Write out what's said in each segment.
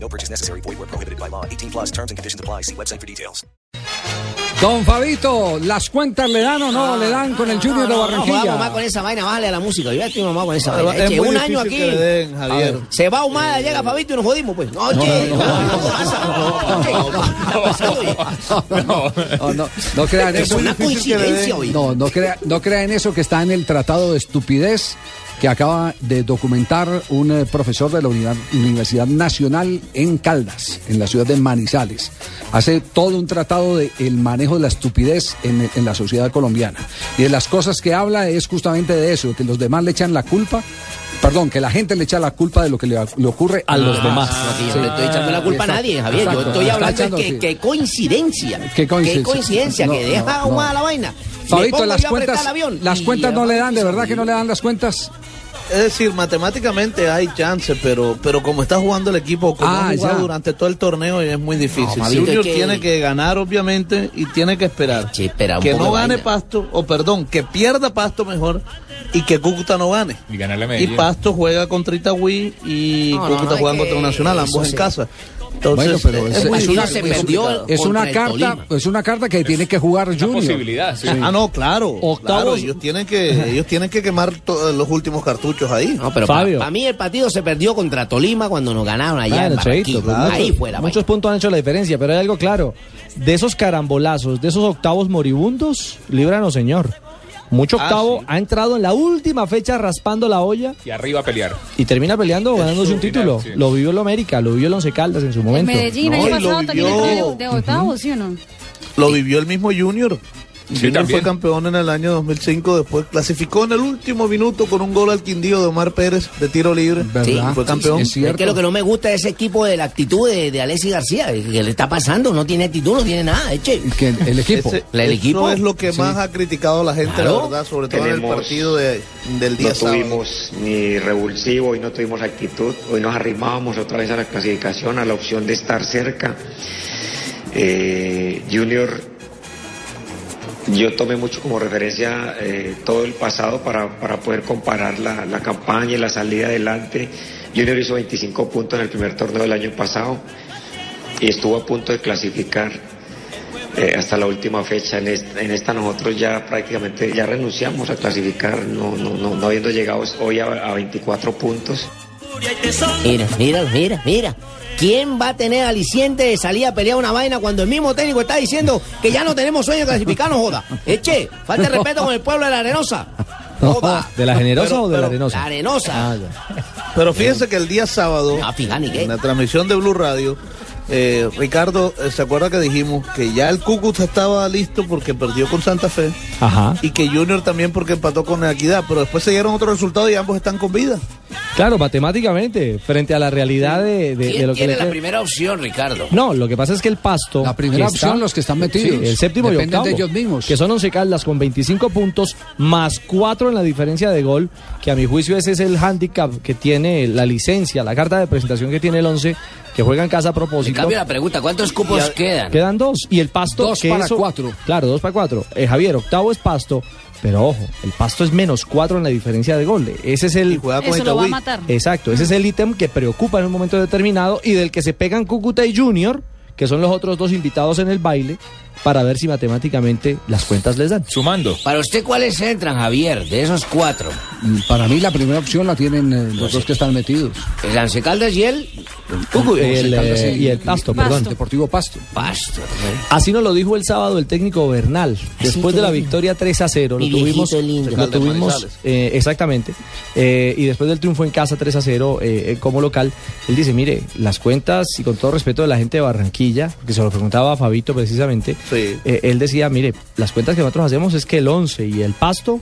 No purchase necessary. Void where prohibited by law. 18 plus terms and conditions apply. See website for details. Don Fabito, ¿las cuentas le dan o no le dan con el Junior de Ah. No, Barranquilla? joda, mamá, con esa vaina, bájale a la música. Yo ya estoy mamá con esa vaina. Es Eche, muy un año difícil aquí. que le den, Javier. A ver, Se va Humada, llega Fabito y nos jodimos, pues. No, che, ¿qué pasa? ¿Qué pasa, oye? No, Oh, no, no crean Es eso. una coincidencia, oye. No, no, crea- no crean eso que está en el tratado de estupidez que acaba de documentar un eh, profesor de la Unidad- Universidad Nacional en Caldas, en la ciudad de Manizales. Hace todo un tratado de el manejo de la estupidez en, en la sociedad colombiana. Y de las cosas que habla es justamente de eso, que los demás le echan la culpa, perdón, que la gente le echa la culpa de lo que le, le ocurre a los demás. Ah, No, que yo no le estoy echando la culpa a Exacto, nadie, Javier. Yo exacto, estoy está hablando de echando, que, sí. que coincidencia. Qué Qué coincidencia. coincidencia, No, que deja no, ahumada no. la vaina. Me Fabito, pongo las yo a apretar cuentas, el avión las y- cuentas no le dan, de verdad que no le dan las cuentas. Es decir, matemáticamente hay chance, pero, pero como está jugando el equipo, como Ah, ha jugado ya. durante todo el torneo, es muy difícil. No, Fabito, Junior es que- tiene que ganar, obviamente, y tiene que esperar. Sí, espera un que poco no de gane vaina. Pasto, o perdón, que pierda Pasto mejor, y que Cúcuta no gane. Y ganarle a Medellín. Y Pasto juega contra Itagüí y No, no, Cúcuta no, hay juega que- contra Nacional, ambos eso en sí. casa. Entonces, Bueno, pero es, es- muy es una- difícil, se muy perdió complicado. Es Contra una el carta, Tolima. es una carta que tiene que jugar Una Junior. posibilidad, sí. Ah, no, claro. Octavos. claro, ellos tienen que ellos tienen que quemar to- los últimos cartuchos ahí. No, pero para mí el partido se perdió contra Tolima cuando nos ganaron allá Claro, en Barranquilla. Cheito, claro. Ahí fue la Muchos vaina. puntos han hecho la diferencia, pero hay algo claro. De esos carambolazos, de esos octavos moribundos, líbranos, señor. Mucho Ah, octavo sí. ha entrado en la última fecha raspando la olla Y arriba a pelear. y termina peleando o ganándose un final, título. sí. Lo vivió el América, lo vivió el Once Caldas en su En momento. Medellín, No, año y lo pasado también vivió. entró de, de octavos, ¿sí o no? Lo vivió el mismo Junior. Junior también. fue campeón en el año 2005, después clasificó en el último minuto con un gol al Quindío de Omar Pérez de tiro libre. ¿Verdad? Y fue campeón. pues, Es Es cierto. que lo que no me gusta es ese equipo de la actitud de, de Alexis García, que que le está pasando, no tiene actitud, no tiene nada, eche. Que el, el equipo. Ese- ¿El equipo? Eso es lo que más ha criticado la gente, Claro. la verdad, sobre todo en el Tenemos- partido de- del día No sábado. tuvimos ni revulsivo, hoy no tuvimos actitud, hoy nos arrimábamos otra vez a la clasificación, a la opción de estar cerca. Eh, junior, yo tomé mucho como referencia eh, todo el pasado para, para poder comparar la, la campaña y la salida adelante. Junior hizo 25 puntos en el primer torneo del año pasado y estuvo a punto de clasificar eh, hasta la última fecha. En esta, en esta nosotros ya prácticamente ya renunciamos a clasificar, no, no, no, no habiendo llegado hoy a- a 24 puntos. Mira, mira, mira, mira. ¿Quién va a tener aliciente de salir a pelear una vaina cuando el mismo técnico está diciendo que ya no tenemos sueño de clasificar, no joda? Eche, falta de respeto con el pueblo de la Arenosa. Joda. ¿De la generosa Pero- o de la pero- arenosa? Ah, La Arenosa. Pero fíjense que el día sábado, Ah, fija, ni qué. en la transmisión de Blue Radio, eh, Ricardo, eh, ¿se acuerda que dijimos que ya el Cúcuta estaba listo porque perdió con Santa Fe? Ajá. Y que Junior también porque empató con Equidad, pero después se dieron otro resultado y ambos están con vida. Claro, matemáticamente, frente a la realidad de, de- de ¿Quién lo que tiene le la queda- primera opción, Ricardo? No, lo que pasa es que el pasto. La primera que opción, los que están metidos. Sí, el séptimo y Dependen octavo. de ellos mismos. Que son 11 caldas con 25 puntos, más 4 en la diferencia de gol, que a mi juicio ese es el hándicap que tiene la licencia, la carta de presentación que tiene el 11, que juega en casa a En propósito. cambio, la pregunta, ¿cuántos cupos quedan? Quedan dos. Y el pasto. Dos que para eso- cuatro. Claro, dos para cuatro. Eh, Javier, octavo es pasto. Pero ojo, el pasto es menos cuatro en la diferencia de gol. Ese es Y el. juega con Eso lo va a Itagüí. matar. Exacto, ese es el ítem que preocupa en un momento determinado y del que se pegan Cúcuta y Junior, que son los otros dos invitados en el baile, para ver si matemáticamente las cuentas les dan. Sumando. Para usted, ¿cuáles entran, Javier, de esos cuatro? Para mí la primera opción la tienen eh, los dos que están metidos. El Lance Caldas y el El, Caldas eh, y- y el Pasto, Pasto. perdón. Deportivo Pasto. eh, Pasto. Así nos lo dijo el sábado el técnico Bernal, después de la lindo. victoria 3 a 0. Mi lo tuvimos, viejito lindo. lo tuvimos eh, exactamente. eh, y después del triunfo en casa 3 a 0 eh, eh, como local, él dice, mire, las cuentas, y con todo respeto de la gente de Barranquilla, que se lo preguntaba a Fabito precisamente, Sí. eh, él decía, mire, las cuentas que nosotros hacemos es que el 11 y el Pasto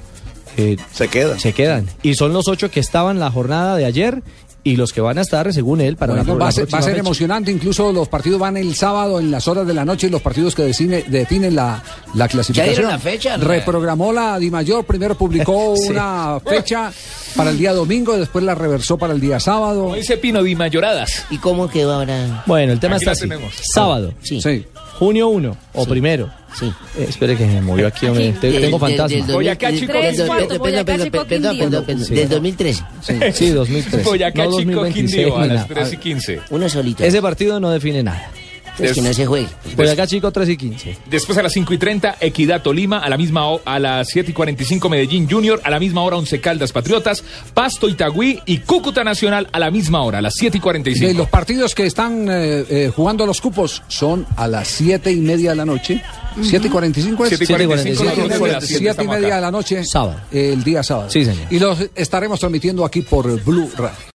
eh, Se queda. se quedan. Y son los ocho que estaban la jornada de ayer y los que van a estar, según él, para Bueno, la, va, a la ser, va próxima a ser fecha. emocionante, incluso los partidos van el sábado en las horas de la noche, los partidos que define- definen la, la clasificación. dieron la fecha, ¿no? Reprogramó la Di Mayor, primero publicó Sí. una fecha para el día domingo, después la reversó para el día sábado. Como dice Pino, Di Mayoradas. ¿Y cómo quedó ahora? Bueno, el tema Aquí está la así. tenemos. Sábado, Sí. Sí. junio 1 o primero. Sí. Eh, espere que me movió aquí, hombre. Te- Del- tengo del- del fantasma. dos mil- Boyacá, del- Chico, del- Quindío. del- perdón, Boyacá, perdón, Chico, perdón, Quindío. perdón, perdón, Sí. Del 2013. Sí. Sí, 2003. Boyacá no Chico 2026, Quindío a ni las nada. 3 y 15. Uno solito. Ese partido no define nada. Es que no se juega. Boyacá Chico 3 y 15. Después a las 5 y 30, Equidad Tolima, a la misma ho- a las 7 y 45 Medellín Junior, a la misma hora Once Caldas Patriotas, Pasto Itagüí y Cúcuta Nacional a la misma hora, a las 7 y De 45. los partidos que están eh, eh, jugando los cupos son a las siete y media de la noche. ¿Siete y cuarenta y cinco es? Siete y cuarenta y cinco, Siete y nosotros media- a las siete siete y estamos media acá. de la noche. Sábado. El día sábado. Sí, señor. Y los estaremos transmitiendo aquí por Blue Radio.